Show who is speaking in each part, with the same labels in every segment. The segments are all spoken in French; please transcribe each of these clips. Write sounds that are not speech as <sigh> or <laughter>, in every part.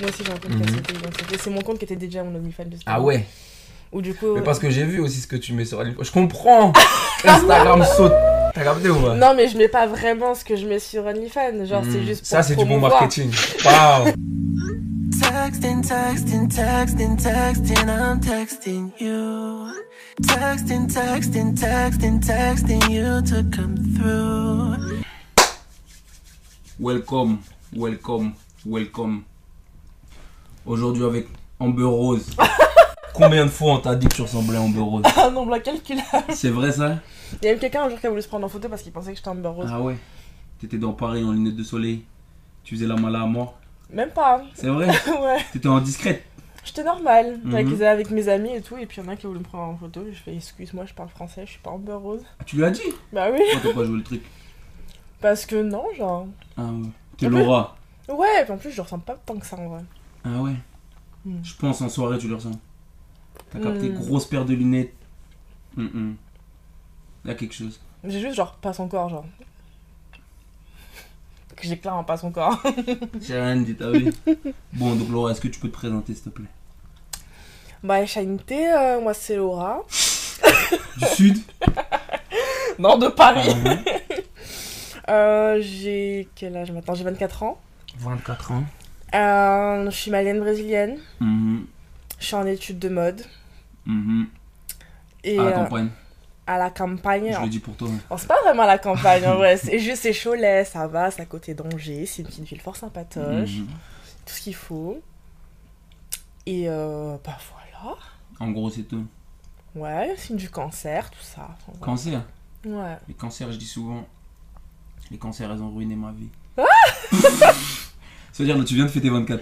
Speaker 1: Moi aussi, j'ai un compte qui a
Speaker 2: Mhm.
Speaker 1: sauté, il a sauté. C'est mon compte qui était déjà mon OnlyFans. de ce
Speaker 2: Ah
Speaker 1: temps.
Speaker 2: ouais
Speaker 1: Ou du coup.
Speaker 2: Mais parce que j'ai vu aussi ce que tu mets sur OnlyFans.
Speaker 1: <laughs>
Speaker 2: Je comprends Instagram saute. T'as capté ou pas
Speaker 1: Ah, euh, Non, mais je mets pas vraiment ce que je mets sur OnlyFans. Genre, c'est
Speaker 2: Hmm.
Speaker 1: juste pour.
Speaker 2: Ça, c'est du bon
Speaker 1: promouvoir. <laughs>
Speaker 2: marketing. Waouh
Speaker 3: Texting, texting, texting, texting, I'm texting you. Texting, texting, texting, texting you to come through.
Speaker 4: Welcome, welcome, welcome. Aujourd'hui avec Amber Rose.
Speaker 1: <laughs>
Speaker 4: Combien de fois on t'a dit que tu ressemblais à Amber Rose
Speaker 1: Ah non, bloc calcul.
Speaker 4: C'est vrai ça
Speaker 1: Il y a même quelqu'un un jour qui a voulu se prendre en photo parce qu'il pensait que j'étais Amber Rose.
Speaker 4: Ah ouais. T'étais dans Paris en lunettes de soleil. Tu faisais la mala à mort.
Speaker 2: Ah.
Speaker 1: Même pas. hein. <laughs>
Speaker 4: C'est vrai
Speaker 1: ouais.
Speaker 4: T'étais en discrète.
Speaker 1: J'étais normale.
Speaker 4: Mhm.
Speaker 1: Avec, avec mes amis et tout. Et puis, il y en a un qui a voulu me prendre en photo. Je fais, excuse-moi, je parle français, je suis pas Amber Rose.
Speaker 4: Ah, Tu lui as dit
Speaker 1: Bah
Speaker 2: <laughs>
Speaker 1: oui.
Speaker 4: Pourquoi t'as pas joué le truc
Speaker 1: Parce que non, genre.
Speaker 4: Ah ouais. T'es
Speaker 1: Ah bon
Speaker 4: Laura.
Speaker 1: Ouais, puis en plus, je ressemble pas tant que ça en vrai.
Speaker 4: Ah ouais.
Speaker 1: Hmm.
Speaker 4: Je pense en soirée tu le ressembles. T'as capté
Speaker 1: Hmm.
Speaker 4: grosse paire de lunettes. Hum, hum. Y'a quelque chose.
Speaker 1: J'ai juste, genre, pas son corps, genre. <laughs> Que j'ai clairement pas son corps. Hmm.
Speaker 4: J'ai rien dit, t'as
Speaker 1: <laughs>
Speaker 4: vu Bon, donc Laura, est-ce que tu peux te présenter, s'il te plaît
Speaker 1: Bah, Shanite, euh, moi c'est
Speaker 4: <laughs>
Speaker 1: Laura.
Speaker 4: Du sud
Speaker 1: Non, de
Speaker 4: Ah,
Speaker 1: Paris.
Speaker 4: hein.
Speaker 1: Euh, j'ai quel âge maintenant J'ai 24 ans.
Speaker 4: 24 ans.
Speaker 1: Euh, je suis malienne brésilienne.
Speaker 4: Mhm,
Speaker 1: Je suis en études de mode.
Speaker 4: mhm.
Speaker 1: Et
Speaker 4: à la
Speaker 1: euh,
Speaker 4: Ah, campagne,
Speaker 1: à la campagne.
Speaker 4: je
Speaker 1: Alors,
Speaker 4: le dis pour toi. Hmm,
Speaker 1: bon, c'est pas vraiment à la campagne en vrai. C'est juste, c'est Cholet, ça va, c'est à côté d'Angers. C'est une petite ville fort sympatoche.
Speaker 4: Mhm.
Speaker 1: Tout ce qu'il faut. Et euh, bah voilà.
Speaker 4: En gros, c'est tout.
Speaker 1: Ouais, signe du cancer, tout ça. Enfin, voilà.
Speaker 4: Cancer.
Speaker 1: Ouais.
Speaker 4: Les cancers, je dis souvent, les cancers, elles ont ruiné ma vie.
Speaker 1: Ah
Speaker 4: <laughs> Ça veut dire, là, tu viens de fêter 24.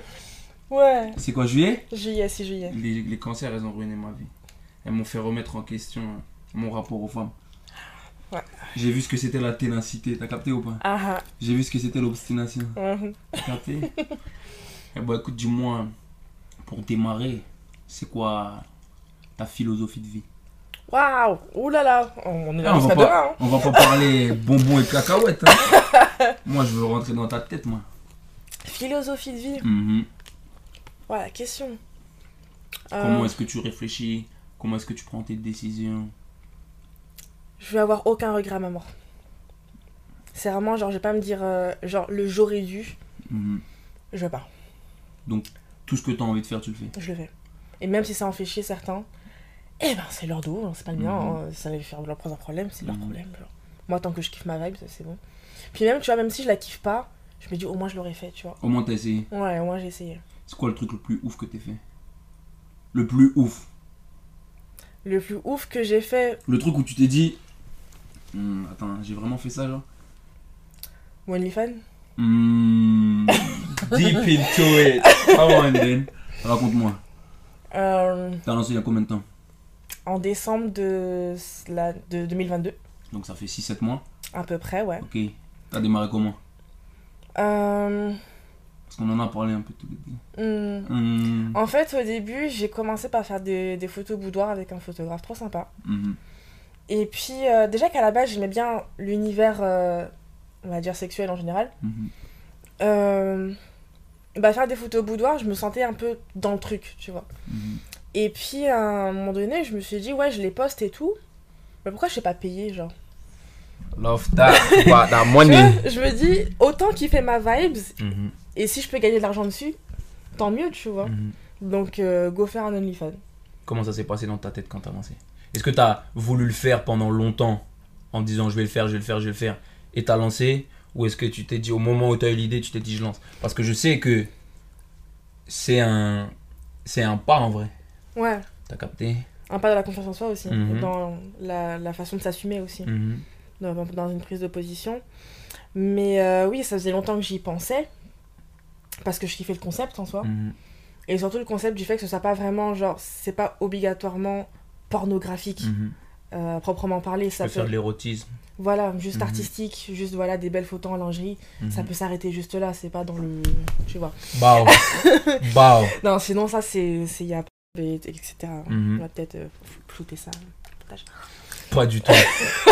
Speaker 1: Ouais.
Speaker 4: C'est quoi, juillet
Speaker 1: Juillet, 6 juillet.
Speaker 4: les, les cancers, elles ont ruiné ma vie. Elles m'ont fait remettre en question hein, mon rapport aux femmes.
Speaker 1: Ouais.
Speaker 4: J'ai vu ce que c'était la ténacité, t'as capté ou pas
Speaker 1: Ah
Speaker 4: J'ai vu ce que c'était l'obstination.
Speaker 1: ah. mhm. <laughs>
Speaker 4: Capté Eh ben écoute, dis-moi, pour démarrer, c'est quoi ta philosophie de vie
Speaker 1: Waouh. Ouh là là. On est
Speaker 4: Ah,
Speaker 1: là
Speaker 4: on,
Speaker 1: jusqu'à
Speaker 4: va
Speaker 1: demain. hein.
Speaker 4: pas, on va pas parler <laughs> bonbons et cacahuètes.
Speaker 1: <laughs>
Speaker 4: hein. moi, je veux rentrer dans ta tête, moi.
Speaker 1: Philosophie de vie.
Speaker 4: Mhm.
Speaker 1: Voilà, question. Euh,
Speaker 4: Comment est-ce que tu réfléchis Comment est-ce que tu prends tes décisions
Speaker 1: je vais avoir aucun regret à ma mort. C'est vraiment genre, je vais pas me dire, euh, genre, le j'aurais dû, Mm-hmm.
Speaker 4: Mhm.
Speaker 1: je vais pas,
Speaker 4: Tout ce que tu as envie de faire, tu le fais.
Speaker 1: je le fais. Et même si ça en fait chier certains, eh ben c'est leur dos, hein, c'est pas le mien,
Speaker 4: Mhm.
Speaker 1: hein, ça les faire leur propre problème, c'est leur
Speaker 4: Mhm.
Speaker 1: problème. genre. Moi, tant que je kiffe ma vibe, ça, c'est bon. Puis même, tu vois, même si je la kiffe pas, je me dis au moins je l'aurais fait, tu vois.
Speaker 4: Au moins, t'as essayé.
Speaker 1: Ouais, au moins j'ai essayé.
Speaker 4: C'est quoi le truc le plus ouf que t'as fait Le plus ouf.
Speaker 1: Le plus ouf que j'ai fait,
Speaker 4: Le truc où tu t'es dit. Hmm, attends, j'ai vraiment fait ça, genre
Speaker 1: mon OnlyFans,
Speaker 4: Mm, deep into it. Come on, then. Raconte-moi.
Speaker 1: euh,
Speaker 4: T'as lancé il y a combien de temps
Speaker 1: en décembre de, la, de 2022,
Speaker 4: Donc ça fait 6-7 mois.
Speaker 1: à peu près, ouais.
Speaker 4: Ok. T'as démarré comment
Speaker 1: Euh,
Speaker 4: Parce qu'on en a parlé un peu tous les deux.
Speaker 1: hmm.
Speaker 4: Mm,
Speaker 1: En fait, au début, j'ai commencé par faire des, des photos boudoir avec un photographe trop sympa.
Speaker 4: mhm,
Speaker 1: Et puis, euh, déjà qu'à la base, j'aimais bien l'univers, euh, on va dire sexuel en général.
Speaker 4: mhm.
Speaker 1: Euh, bah, faire des photos boudoir, je me sentais un peu dans le truc, tu vois.
Speaker 4: Mhm.
Speaker 1: Et puis, à un moment donné, je me suis dit, ouais, je les poste et tout. Mais pourquoi je sais pas payer, genre
Speaker 2: Love that. What that
Speaker 1: Tu
Speaker 2: money.
Speaker 1: vois, Je me dis, autant kiffer ma vibes,
Speaker 2: Mhm,
Speaker 1: et si je peux gagner de l'argent dessus, tant mieux, tu
Speaker 4: Mm.
Speaker 1: vois.
Speaker 2: mhm.
Speaker 1: Donc, euh, go faire un OnlyFans.
Speaker 2: Comment ça s'est passé dans ta tête quand t'as lancé Est-ce que t'as voulu le faire pendant longtemps en te disant je vais le faire, je vais le faire, je vais le faire et t'as lancé Ou est-ce que tu t'es dit au moment où t'as eu l'idée, tu t'es dit je lance Parce que je sais que c'est un, c'est un pas en vrai.
Speaker 1: Ouais.
Speaker 2: T'as capté
Speaker 1: un pas dans la confiance en soi aussi,
Speaker 2: Mhm.
Speaker 1: dans la, la façon de s'assumer aussi,
Speaker 2: Mhm,
Speaker 1: dans, dans une prise de position. Mais euh, oui, ça faisait longtemps que j'y pensais, parce que je kiffais le concept en soi.
Speaker 2: mhm.
Speaker 1: Et surtout le concept du fait que ce soit pas vraiment, genre, c'est pas obligatoirement pornographique,
Speaker 2: Mhm.
Speaker 1: euh, à proprement parler.
Speaker 2: Tu
Speaker 1: Ça
Speaker 2: peux faire
Speaker 1: peut,
Speaker 2: de l'érotisme.
Speaker 1: Voilà, juste
Speaker 2: Mhm.
Speaker 1: artistique, juste voilà, des belles photos en lingerie. Ça
Speaker 2: Mhm.
Speaker 1: peut s'arrêter juste là, c'est pas dans le. Tu vois.
Speaker 2: <laughs> Bao. Bao.
Speaker 1: Non, sinon, ça, c'est. c'est- y a. etc. On
Speaker 2: Mhm.
Speaker 1: va peut-être euh, flouter ça.
Speaker 2: Pas du <laughs> tout.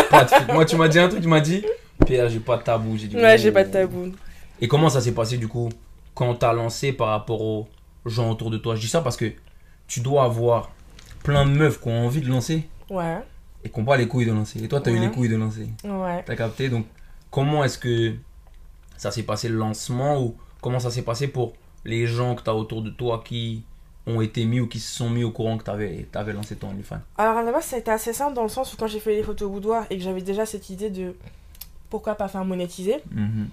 Speaker 2: Pas de fou. Moi, tu m'as dit un truc, tu m'as dit Pierre, j'ai pas de tabou. J'ai dit,
Speaker 1: Ouais, j'ai
Speaker 2: oh.
Speaker 1: pas de tabou.
Speaker 2: Et comment ça s'est passé du coup
Speaker 4: quand t'as lancé par rapport aux gens autour de toi Je dis ça parce que tu dois avoir plein de meufs qui ont envie de lancer
Speaker 1: Ouais,
Speaker 4: et qui n'ont pas les couilles de lancer. Et toi, t'as eu
Speaker 1: Ouais.
Speaker 4: les couilles de lancer.
Speaker 1: ouais.
Speaker 4: T'as capté Donc, comment est-ce que ça s'est passé le lancement ou comment ça s'est passé pour les gens que t'as autour de toi qui ont été mis ou qui se sont mis au courant que t'avais avais lancé ton OnlyFans
Speaker 1: Alors à la base, ça a été assez simple dans le sens où quand j'ai fait les photos au boudoir et que j'avais déjà cette idée de pourquoi pas faire monétiser,
Speaker 4: Mhm.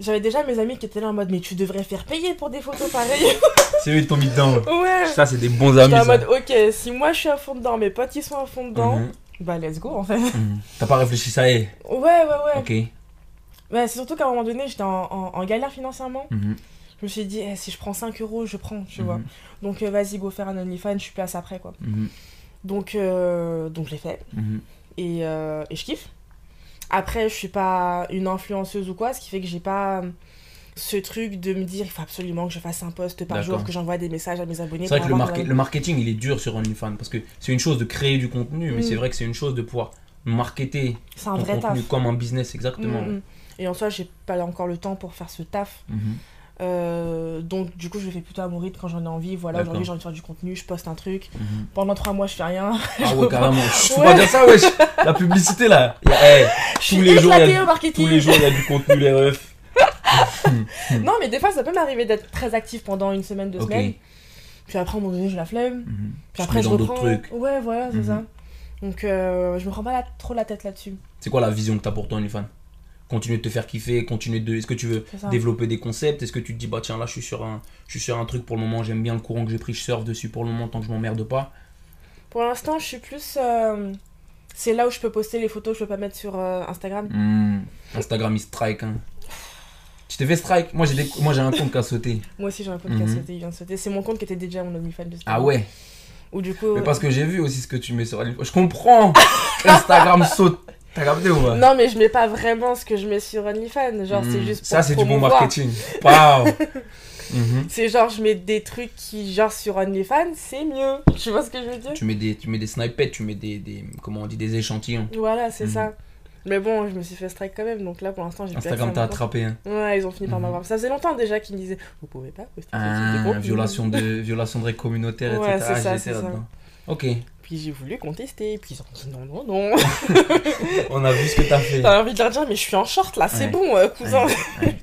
Speaker 1: j'avais déjà mes amis qui étaient là en mode mais tu devrais faire payer pour des photos pareilles.
Speaker 4: <laughs> C'est eux qui t'ont mis dedans. ouais.
Speaker 1: ouais.
Speaker 4: <laughs> Ça, c'est des bons amis.
Speaker 1: J'étais en
Speaker 4: ça.
Speaker 1: mode ok, si moi je suis à fond dedans, mes potes ils sont à fond dedans,
Speaker 4: Mhm,
Speaker 1: bah let's go en fait. <laughs>
Speaker 4: mhm. T'as pas réfléchi, ça y est.
Speaker 1: Ouais, ouais, ouais.
Speaker 4: Ok.
Speaker 1: Ouais, c'est surtout qu'à un moment donné, j'étais en, en- en galère financièrement.
Speaker 4: Mhm,
Speaker 1: Je me suis dit, eh, si je prends 5 euros, je prends, tu
Speaker 4: mhm,
Speaker 1: vois. Donc euh, vas-y, go faire un OnlyFans, je place après quoi.
Speaker 4: mhm,
Speaker 1: Donc, euh, donc je l'ai fait
Speaker 4: mhm.
Speaker 1: et, euh, et je kiffe. Après, je suis pas une influenceuse ou quoi, ce qui fait que j'ai pas euh, ce truc de me dire il faut absolument que je fasse un post par
Speaker 4: D'accord.
Speaker 1: jour, que j'envoie des messages à mes abonnés.
Speaker 4: C'est vrai
Speaker 1: pour
Speaker 4: que le,
Speaker 1: avoir
Speaker 4: market-
Speaker 1: de la-
Speaker 4: le marketing, il est dur sur OnlyFans parce que c'est une chose de créer du contenu, mais
Speaker 1: Mm.
Speaker 4: c'est vrai que c'est une chose de pouvoir marketer
Speaker 1: C'est un
Speaker 4: ton
Speaker 1: vrai taf.
Speaker 4: contenu comme un business, exactement.
Speaker 1: Mm, mm. Et en soi, j'ai pas encore le temps pour faire ce taf.
Speaker 4: Mhm.
Speaker 1: Euh, donc, du coup, je le fais plutôt à mon rythme quand j'en ai envie. Voilà,
Speaker 4: D'accord.
Speaker 1: aujourd'hui, j'ai envie de faire du contenu, je poste un truc.
Speaker 4: Mhm.
Speaker 1: Pendant trois mois, <laughs> je fais rien.
Speaker 4: Ah ouais, carrément. Je peux
Speaker 1: Ouais.
Speaker 4: pas dire ça, wesh. La publicité là. Y a- hey,
Speaker 1: <laughs> Je suis
Speaker 4: les jours, il y a
Speaker 1: éclatée
Speaker 4: du-
Speaker 1: au marketing.
Speaker 4: tous les jours, il y a du contenu, les refs.
Speaker 1: Non, mais des fois, ça peut m'arriver d'être très active pendant une semaine, deux
Speaker 4: Ok.
Speaker 1: semaines. Puis après, à un moment donné, j'ai la flemme.
Speaker 4: Mhm.
Speaker 1: Puis
Speaker 4: Je
Speaker 1: après,
Speaker 4: mets
Speaker 1: je
Speaker 4: dans d'autres
Speaker 1: reprends.
Speaker 4: trucs.
Speaker 1: Ouais, voilà, c'est
Speaker 4: Mhm.
Speaker 1: ça. Donc, euh, je me rends pas la- trop la tête là-dessus.
Speaker 4: C'est quoi la vision que t'as pour toi, OnlyFans Continuer de te faire kiffer, continuer de. Est-ce que tu veux
Speaker 1: C'est ça.
Speaker 4: développer des concepts Est-ce que tu te dis, bah tiens, là, je suis sur un, je suis sur un truc pour le moment, j'aime bien le courant que j'ai pris, je surfe dessus pour le moment tant que je m'emmerde pas
Speaker 1: Pour l'instant, je suis plus. euh, C'est là où je peux poster les photos que je peux pas mettre sur euh, Instagram.
Speaker 4: Hmm, Instagram, il strike. Hein. Tu t'es fait strike Moi, j'ai des- moi, j'ai un compte qui a sauté.
Speaker 1: Moi aussi, j'ai un compte qui a
Speaker 4: Mhm.
Speaker 1: sauté, il vient de sauter. C'est mon compte qui était déjà mon OnlyFans. justement.
Speaker 4: Ah ouais
Speaker 1: Ou du coup.
Speaker 4: Mais parce que j'ai vu aussi ce que tu mets sur OnlyFans.
Speaker 1: <laughs>
Speaker 4: Je comprends Instagram saute. T'as capté ou pas
Speaker 1: euh, Non, mais je mets pas vraiment ce que je mets sur OnlyFans. Genre, c'est
Speaker 4: Mm.
Speaker 1: juste. Pour
Speaker 4: Ça, c'est du bon
Speaker 1: promouvoir.
Speaker 4: marketing. Waouh Mhm.
Speaker 1: C'est genre, je mets des trucs qui, genre, sur OnlyFans, c'est mieux. <laughs> Tu vois ce que je veux dire
Speaker 4: Tu mets des, tu mets des snipettes, tu mets des, des- comment on dit, des échantillons.
Speaker 1: Voilà, c'est
Speaker 4: Mhm.
Speaker 1: ça. Mais bon, je me suis fait strike quand même, donc là pour l'instant j'ai plus
Speaker 4: Instagram
Speaker 1: accès
Speaker 4: t'a
Speaker 1: à mon compte.
Speaker 4: attrapé. Hein.
Speaker 1: Ouais, ils ont fini par
Speaker 4: Mhm.
Speaker 1: m'avoir. Ça faisait longtemps déjà qu'ils me disaient Vous pouvez pas poster ce type de
Speaker 4: Ah,
Speaker 1: contenu.
Speaker 4: violation de, violation de règles communautaires,
Speaker 1: Ouais,
Speaker 4: etc.
Speaker 1: c'est ça,
Speaker 4: Ah,
Speaker 1: c'est
Speaker 4: j'étais
Speaker 1: ça.
Speaker 4: là-dedans. Ok,
Speaker 1: Puis j'ai voulu contester, puis ils ont dit Non, non, non.
Speaker 4: on a vu ce que t'as
Speaker 1: <laughs>
Speaker 4: fait.
Speaker 1: T'as envie de leur dire Mais je suis en short là, c'est
Speaker 4: Ouais.
Speaker 1: bon, euh, cousin.
Speaker 4: Ouais, ouais.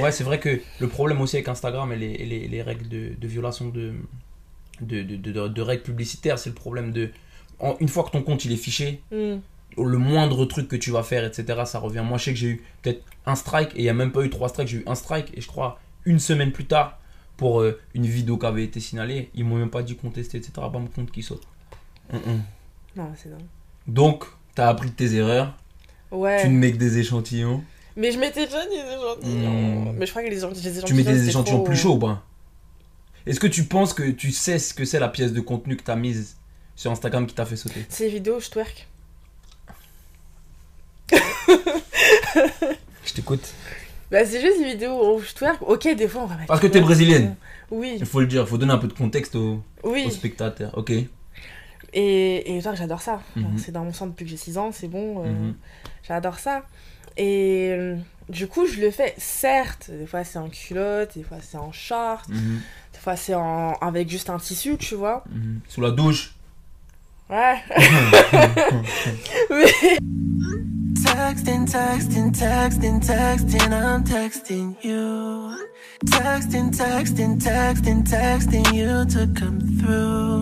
Speaker 4: Ouais, c'est vrai que le problème aussi avec Instagram et les, et les- les règles de, de violation de, de, de- de- de règles publicitaires, c'est le problème de. en- une fois que ton compte il est fiché,
Speaker 1: <laughs> Mhm.
Speaker 4: le moindre truc que tu vas faire, etc., ça revient. Moi, je sais que j'ai eu peut-être un strike et il n'y a même pas eu trois strikes. J'ai eu un strike et je crois une semaine plus tard, pour euh, une vidéo qui avait été signalée, ils m'ont même pas dit contester, etc. Pas mon compte qui saute. Hum, hum.
Speaker 1: Non, c'est dingue.
Speaker 4: Donc, tu as appris de tes erreurs,
Speaker 1: Ouais.
Speaker 4: tu ne mets que des échantillons.
Speaker 1: Mais je m'étais déjà dit des échantillons.
Speaker 4: Mhm.
Speaker 1: Mais je crois que les échantillons. les
Speaker 4: Tu mets des
Speaker 1: c'était
Speaker 4: échantillons
Speaker 1: trop-
Speaker 4: plus chauds ou pas Est-ce que tu penses que tu sais ce que c'est la pièce de contenu que t'as mise sur Instagram qui t'a fait sauter
Speaker 1: Ces vidéos, je twerk.
Speaker 4: Je t'écoute.
Speaker 1: Bah, c'est juste des vidéos où je twerk. Ok, des fois on va mettre.
Speaker 4: Parce que t'es brésilienne.
Speaker 1: Oui,
Speaker 4: Il faut le dire, il faut donner un peu de contexte aux, aux
Speaker 1: oui.
Speaker 4: spectateurs. Ok.
Speaker 1: Et, et toi, j'adore ça. Enfin,
Speaker 4: Mhm.
Speaker 1: C'est dans mon sang depuis que j'ai 6 ans, c'est bon. euh,
Speaker 4: Mhm.
Speaker 1: J'adore ça. Et euh, du coup, je le fais, certes. Des fois, c'est en culotte, des fois, c'est en short,
Speaker 4: Mhm,
Speaker 1: des fois, c'est en... avec juste un tissu, tu vois.
Speaker 4: mhm. Sous la douche.
Speaker 1: Ouais.
Speaker 3: Texting, texting, texting, texting, I'm texting you. Texting, texting, texting, texting you to come through.